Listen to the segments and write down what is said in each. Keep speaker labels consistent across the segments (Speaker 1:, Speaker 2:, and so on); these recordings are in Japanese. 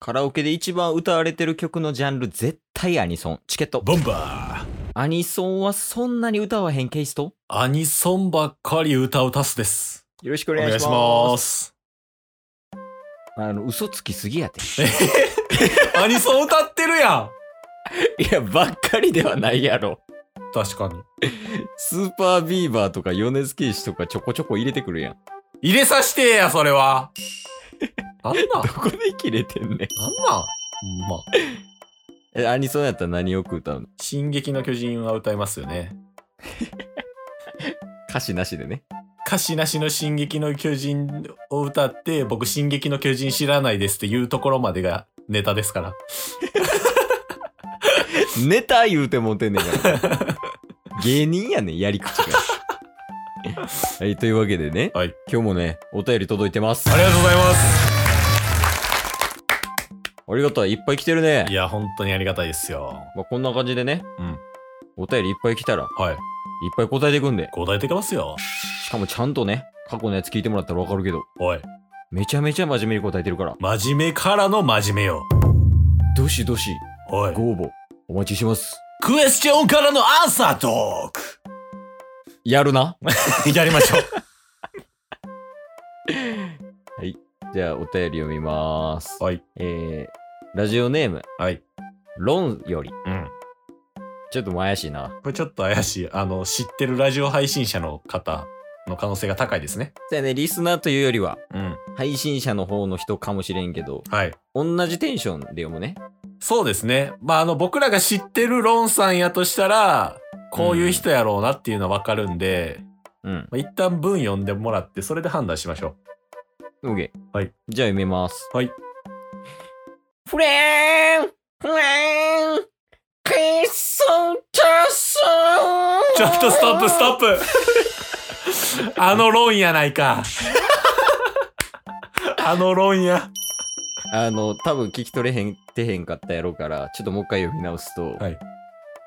Speaker 1: カラオケで一番歌われてる曲のジャンル絶対アニソン。チケット。
Speaker 2: ボンバー
Speaker 1: アニソンはそんなに歌わへんケイスト
Speaker 2: アニソンばっかり歌うタスです。
Speaker 1: よろしくお
Speaker 2: お
Speaker 1: 願いし
Speaker 2: 願
Speaker 1: ま
Speaker 2: い
Speaker 1: す。
Speaker 2: します。
Speaker 1: あの、嘘つきすぎやて。
Speaker 2: アニソン歌ってるやん
Speaker 1: いや、ばっかりではないやろ。
Speaker 2: 確かに。
Speaker 1: スーパービーバーとかヨネスケイシとかちょこちょこ入れてくるやん。
Speaker 2: 入れさしてや、そ れは。なんなんなんなん
Speaker 1: どこで切れてんねん
Speaker 2: まあ、
Speaker 1: え。アニソンやったら何よく歌うの
Speaker 2: 進撃の巨人は歌いますよね。
Speaker 1: 歌詞なしでね。
Speaker 2: 歌詞なしの進撃の巨人を歌って、僕進撃の巨人知らないですっていうところまでがネタですから。
Speaker 1: ネタ言うてもうてんねんから。 芸人やねん、やり口が。はい、というわけでね、
Speaker 2: はい
Speaker 1: 今日もね、お便り届いてます。
Speaker 2: ありがとうございます。
Speaker 1: ありがたい、いっぱい来てるね
Speaker 2: い。や、本当にありがたいですよ。
Speaker 1: まあ、こんな感じでね、
Speaker 2: うん
Speaker 1: お便りいっぱい来たら、いっ
Speaker 2: はい。
Speaker 1: ぱい答えていくんで、
Speaker 2: 答えていきますよ。
Speaker 1: しかもちゃんとね、過去のやつ聞いてもらったらわかるけど、
Speaker 2: おい。
Speaker 1: めちゃめちゃ真面目に答えてるから、
Speaker 2: 真面目からの真面目よ。
Speaker 1: どしどし、
Speaker 2: おい。
Speaker 1: ご応募、お待ちします。
Speaker 2: クエスチョンからのアンサートーク
Speaker 1: やるな。
Speaker 2: やりましょう。
Speaker 1: じゃあ、お便り読みます。
Speaker 2: はい。
Speaker 1: えー、ラジオネーム、
Speaker 2: はい。
Speaker 1: ロンより、
Speaker 2: うん。
Speaker 1: ちょっともう怪しいな。
Speaker 2: これちょっと怪しい。あの、知ってるラジオ配信者の方の可能性が高いですね。
Speaker 1: そうやね、リスナーというよりは、
Speaker 2: うん。
Speaker 1: 配信者の方の人かもしれんけど、
Speaker 2: はい。
Speaker 1: 同じテンションで読むね。
Speaker 2: そうですね。まあ、あの、僕らが知ってるロンさんやとしたら、こういう人やろうなっていうのはわかるんで、
Speaker 1: うん。
Speaker 2: まあ、一旦文読んでもらって、それで判断しましょ
Speaker 1: OK。
Speaker 2: はい。
Speaker 1: じゃあ読みます。
Speaker 2: はい。
Speaker 1: フレーンフレーンケイソンチャソン
Speaker 2: う。ちょっとストッ プ、ストップあのロンやないか。 あのロンや。
Speaker 1: あの、多分聞き取れへん、てへんかったやろうから、ちょっともう一回読み直すと、
Speaker 2: はい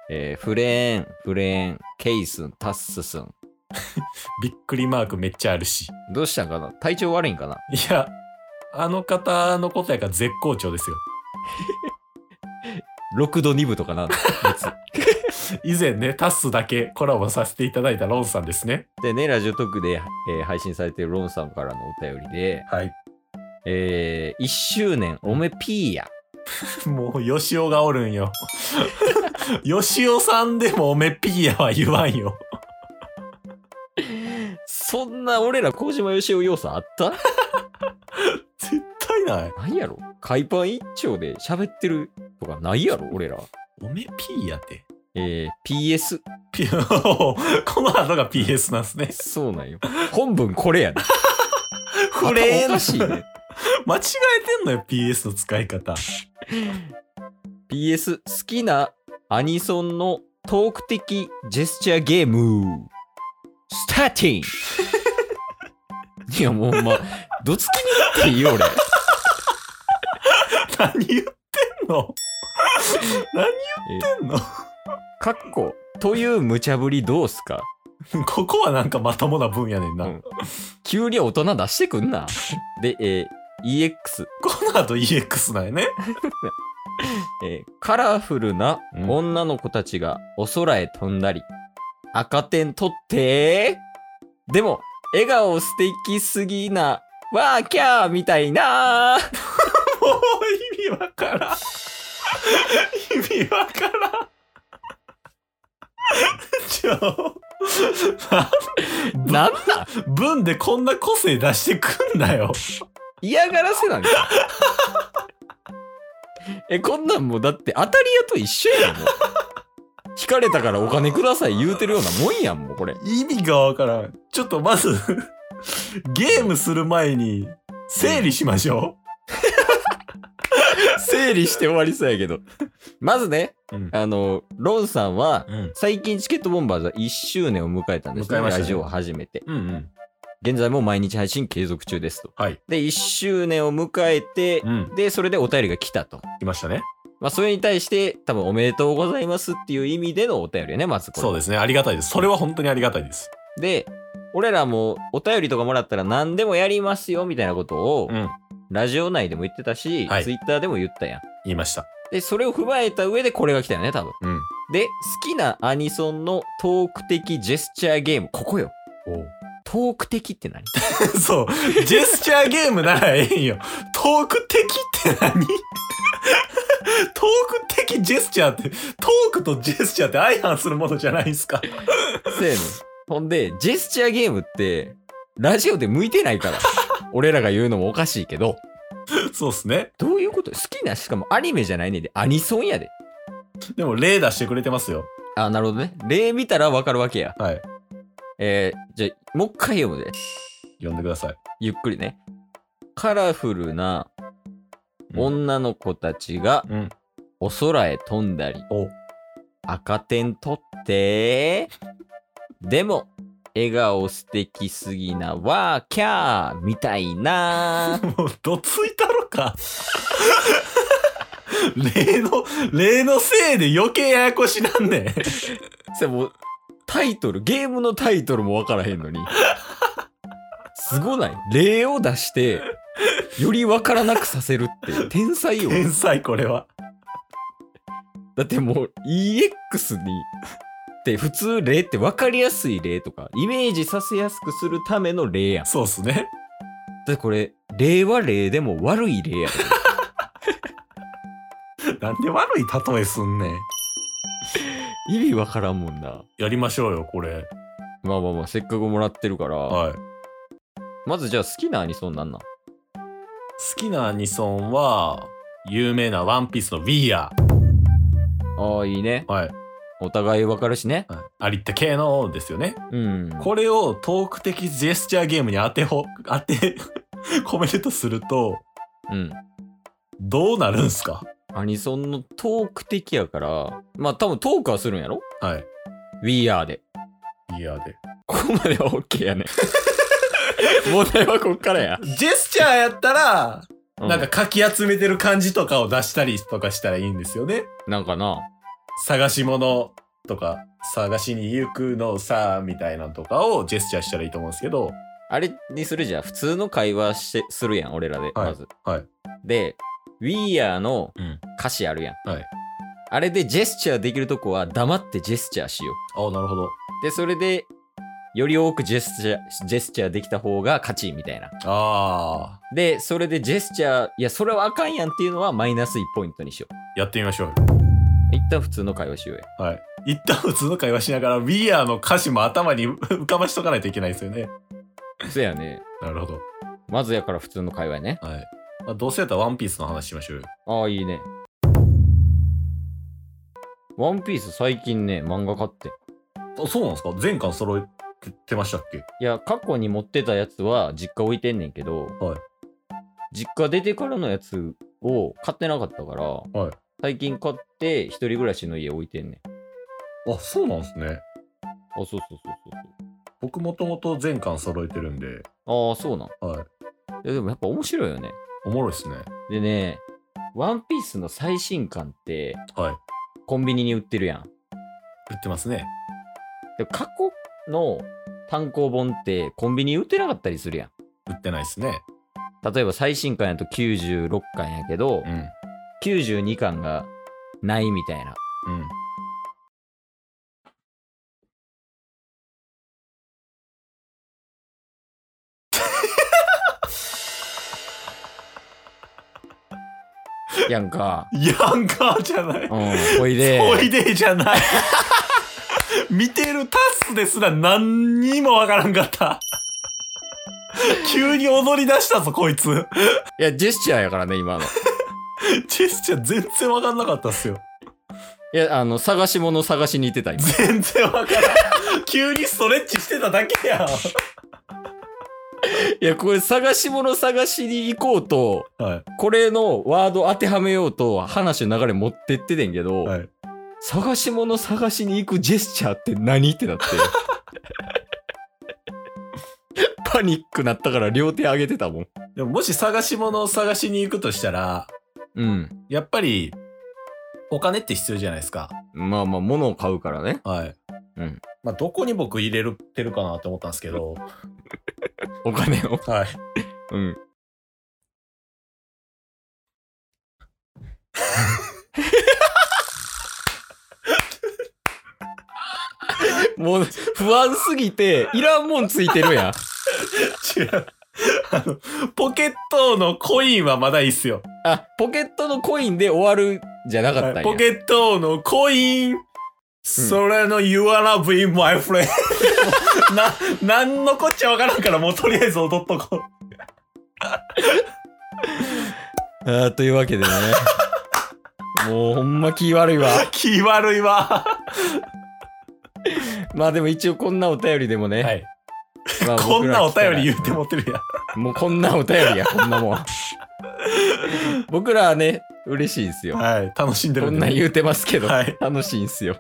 Speaker 1: えーフレーン、フレーン、ケイスン、タッススン。
Speaker 2: びっくりマークめっちゃあるし。
Speaker 1: どうしたんかな体調悪いんかない
Speaker 2: や、あの方のことやから絶好調ですよ。
Speaker 1: ?6 度2分とかな熱
Speaker 2: 以前ね、タスだけコラボさせていただいたロンさんですね。
Speaker 1: でね、ラジオトークで、えー配信されてるロンさんからのお便りで、
Speaker 2: はい。
Speaker 1: えー、1周年おめピーや。
Speaker 2: もう、ヨシオがおるんよ。 ヨシオさんでもおめっぴーやは言わんよ。
Speaker 1: そんな俺ら小島よしお要素あった
Speaker 2: 絶対ない。
Speaker 1: なんやろ海パン一丁で喋ってるとかないやろ俺ら。
Speaker 2: おめっぴーやって。
Speaker 1: えー、PS。
Speaker 2: ピこの後が PS なんですね。
Speaker 1: そうなんよ。本文これやね。
Speaker 2: フレーン
Speaker 1: 頭おかしいね。
Speaker 2: 間違えてんのよ、PS の使い方。
Speaker 1: PS、好きなアニソンのトーク的ジェスチャーゲーム。スターティンいやもうほんま、どつきに言っていいよ俺。
Speaker 2: 何言ってん の何言ってんの
Speaker 1: かっこ、という無茶ぶりどうすか
Speaker 2: ここはなんかまともな分やねんな。
Speaker 1: うん急に大人出してくんな。で、えー EX、
Speaker 2: この後 EX なんやね。
Speaker 1: えーカラフルな
Speaker 2: うん
Speaker 1: 女の子たちがお空へ飛んだり、赤点取ってでも、笑顔素敵すぎな、わーキャーみたいな
Speaker 2: もう意味わからん。意味わからん。ちょ、
Speaker 1: なんだ
Speaker 2: 文でこんな個性出してくんなよ。
Speaker 1: 嫌がらせ なんか。え、こんなんもうだって当たり屋と一緒やん、もう。引かれたからお金ください言うてるようなもんやん、もうこれ。
Speaker 2: 意味がわからん。ちょっとまず、ゲームする前に整理しましょ
Speaker 1: 整理して終わりそうやけど。まずね、
Speaker 2: う。うん。
Speaker 1: あの、ロンさんは、
Speaker 2: うん。
Speaker 1: 最近チケットボンバーズは1周年を迎えたんです
Speaker 2: 迎
Speaker 1: ね。
Speaker 2: えましたね
Speaker 1: ラジオを始めて。
Speaker 2: うんうん。
Speaker 1: 現在も毎日配信継続中ですと。
Speaker 2: はい。
Speaker 1: で、1周年を迎えて、
Speaker 2: うん。
Speaker 1: で、それでお便りが来たと。
Speaker 2: 来ましたね。
Speaker 1: まあ、それに対して、多分おめでとうございますっていう意味でのお便りね、まずこれ。
Speaker 2: そうですね。ありがたいです。それは本当にありがたいです。
Speaker 1: で、俺らもお便りとかもらったら何でもやりますよみたいなことを
Speaker 2: うん。
Speaker 1: ラジオ内でも言ってたし、
Speaker 2: はい
Speaker 1: ツイッターでも言ったやん。
Speaker 2: 言いました。
Speaker 1: で、それを踏まえた上でこれが来たよね、多分。
Speaker 2: うん。
Speaker 1: で、好きなアニソンのトーク的ジェスチャーゲーム、ここよ。トーク的って何
Speaker 2: そう。ジェスチャーゲームならええんよ。トーク的って何トーク的ジェスチャーって、トークとジェスチャーって相反するものじゃないですか。
Speaker 1: せーの。ほんで、ジェスチャーゲームって、ラジオで向いてない から。俺らが言うのもおかしいけど、
Speaker 2: そうっすね。
Speaker 1: どういうこと好きな、しかもアニメじゃないねんで、アニソンやで。
Speaker 2: でも例出してくれてますよ。
Speaker 1: あ、なるほどね。例見たらわかるわけや。
Speaker 2: はい。
Speaker 1: えー、じゃあ、もう一回読むで。
Speaker 2: 読んでください。
Speaker 1: ゆっくりね。カラフルな
Speaker 2: うん
Speaker 1: 女の子たちが
Speaker 2: うん。
Speaker 1: お空へ飛んだり、
Speaker 2: お。
Speaker 1: 赤点取って、でも、笑顔素敵すぎなわーキャーみたいな。
Speaker 2: もう、どついたろか。例の、例のせいで余計ややこしなんねん。
Speaker 1: それもうタイトル、ゲームのタイトルもわからへんのに。すごない例を出して、よりわからなくさせるって、天才よ。
Speaker 2: 天才、これは。
Speaker 1: だってもう EX にって普通例って分かりやすい例とかイメージさせやすくするための例やん。だ
Speaker 2: そうっすね。
Speaker 1: ってこれ例は例でも悪い例やで
Speaker 2: なんで悪い例えすんねん。
Speaker 1: 意味わからんもんな。
Speaker 2: やりましょうよ、これ。
Speaker 1: まあまあまあせっかくもらってるから、
Speaker 2: はい。
Speaker 1: まずじゃあ好きなアニソンなんなん
Speaker 2: 好きなアニソンは、有名なワンピースの We Are。
Speaker 1: ああいいね。
Speaker 2: はい。
Speaker 1: お互いわかるしね。
Speaker 2: ありったけのですよね。
Speaker 1: うん。
Speaker 2: これをトーク的ジェスチャーゲームに当てほ、 当て、コメントすると、
Speaker 1: うん。
Speaker 2: どうなるんすか
Speaker 1: アニソンのトーク的やから、まあ多分トークはするんやろ
Speaker 2: はい。
Speaker 1: ?We are で。
Speaker 2: We Are で。
Speaker 1: ここまでは OK やね。 問題はこっからや。
Speaker 2: ジェスチャーやったら、
Speaker 1: う
Speaker 2: なんかかき集めてる感じとかを出したりとかしたらいいんですよね。
Speaker 1: なんかな。
Speaker 2: 探し物とか、探しに行くのさ、みたいなのとかをジェスチャーしたらいいと思うんですけど、
Speaker 1: あれにするじゃん。普通の会話してするやん、俺らで、まず。
Speaker 2: はい
Speaker 1: で、We Are の
Speaker 2: うん
Speaker 1: 歌詞あるやん。
Speaker 2: はい
Speaker 1: あれでジェスチャーできるとこは黙ってジェスチャーしよう。
Speaker 2: ああ、なるほど。
Speaker 1: で、それで、より多くジェスチャー、ジェスチャーできた方が勝ちみたいな。
Speaker 2: ああ、
Speaker 1: で、それでジェスチャー、いや、それはあかんやんっていうのはマイナス1ポイントにしよう。
Speaker 2: やってみましょうよ。
Speaker 1: 一旦普通の会話しようや。
Speaker 2: はい。一旦普通の会話しながら、We Are の歌詞も頭に 浮かばしとかないといけないですよね。
Speaker 1: そやね。
Speaker 2: なるほど。
Speaker 1: まずやから普通の会話やね。
Speaker 2: はい。まあ、どうせやったらワンピースの話しましょうよ。
Speaker 1: ああ、いいね。ワンピース最近ね、漫画買ってん。
Speaker 2: あそうなんですか全巻揃えてましたっけ
Speaker 1: いや、過去に持ってたやつは実家置いてんねんけど、
Speaker 2: はい
Speaker 1: 実家出てからのやつを買ってなかったから、
Speaker 2: い
Speaker 1: 最近買って一人暮らしの家置いてんね
Speaker 2: あ、そうなんですね。
Speaker 1: ん。あ、そうそうそう
Speaker 2: 僕もともと全巻揃えてるんで、
Speaker 1: そう。ああ、そうなん。い
Speaker 2: はい。
Speaker 1: や、でもやっぱ面白いよね。
Speaker 2: おもろいっすね。
Speaker 1: でね、ワンピースの最新刊って
Speaker 2: はい。
Speaker 1: コンビニに売ってるやん。
Speaker 2: 売ってますね。
Speaker 1: で過去の単行本ってコンビニに売ってなかったりするや
Speaker 2: 売ってないっすね。
Speaker 1: ん。例えば最新刊やと96巻やけど、
Speaker 2: うん。
Speaker 1: 92巻がないみたいな。
Speaker 2: うん。
Speaker 1: やんか。
Speaker 2: ヤンカーじゃない。
Speaker 1: うん、ほい で。
Speaker 2: おいでじゃない。見てるタスですら何にもわからんかった。急に踊り出したぞ、こいつ。
Speaker 1: いや、ジェスチャーやからね、今の。
Speaker 2: ジェスチャー全然わかんなかったっすよ。
Speaker 1: いや、あの、探し物探しに行ってた、 今。
Speaker 2: 全然わからん。急にストレッチしてただけやん。
Speaker 1: いや、これ、探し物探しに行こうと、
Speaker 2: は
Speaker 1: これのワード当てはめようと、話の流れ持ってっててんけど、
Speaker 2: い。はい。
Speaker 1: 探し物探しに行くジェスチャーって何って なって。パニックなったから両手上げてたもん。
Speaker 2: でももし探し物を探しに行くとしたら、
Speaker 1: うん。
Speaker 2: やっぱり、お金って必要じゃないですか。
Speaker 1: まあまあ、物を買うからね。
Speaker 2: はい。
Speaker 1: うん。
Speaker 2: まあ、どこに僕入れるってるかなって思ったんですけど、
Speaker 1: お金を。
Speaker 2: はい。
Speaker 1: うん。不安すぎて、いらんもんついてるやん。
Speaker 2: 違う。あの、ポケットのコインはまだいいっすよ。
Speaker 1: あ、ポケットのコインで終わるじゃなかったんや。
Speaker 2: ポケットのコイン、それの You wanna be my friend な、なんのこっちゃわからんからもうとりあえず踊っとこう。
Speaker 1: あーというわけでね。 もうほんま気悪いわ。
Speaker 2: 気悪いわ。
Speaker 1: まあでも一応こんなお便りでもね。
Speaker 2: はい。
Speaker 1: まあ
Speaker 2: こんなお便り言うて
Speaker 1: も
Speaker 2: 持ってるやん。
Speaker 1: もうこんなお便りや、こんなもん。僕らはね、嬉しいんすよ。
Speaker 2: はい。楽しんで
Speaker 1: こ
Speaker 2: る
Speaker 1: んなん言うてますけど、
Speaker 2: はい。
Speaker 1: 楽しいんすよ。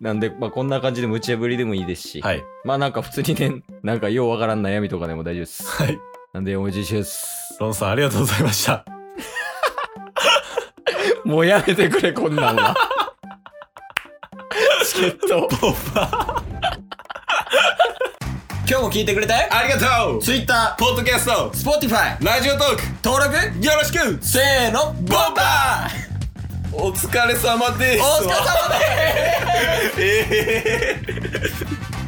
Speaker 1: なんで、まあこんな感じで無茶ぶりでもいいですし、
Speaker 2: はい。
Speaker 1: まあなんか普通にね、なんかようわからん悩みとかでも大丈夫です。
Speaker 2: はい。
Speaker 1: なんでお待ちして ます。
Speaker 2: ロンさんありがとうございました。
Speaker 1: もうやめてくれ、こんなんは。チケット。
Speaker 2: ボンバ
Speaker 1: 今日も聞いてくれたよ
Speaker 2: ー。ありがとう
Speaker 1: Twitter、
Speaker 2: ポッドキャスト、
Speaker 1: Spotify、
Speaker 2: ラジオトーク、
Speaker 1: 登録、
Speaker 2: よろしく
Speaker 1: せーの、
Speaker 2: ボンバーお疲れ様です
Speaker 1: お疲れ様です
Speaker 2: ええ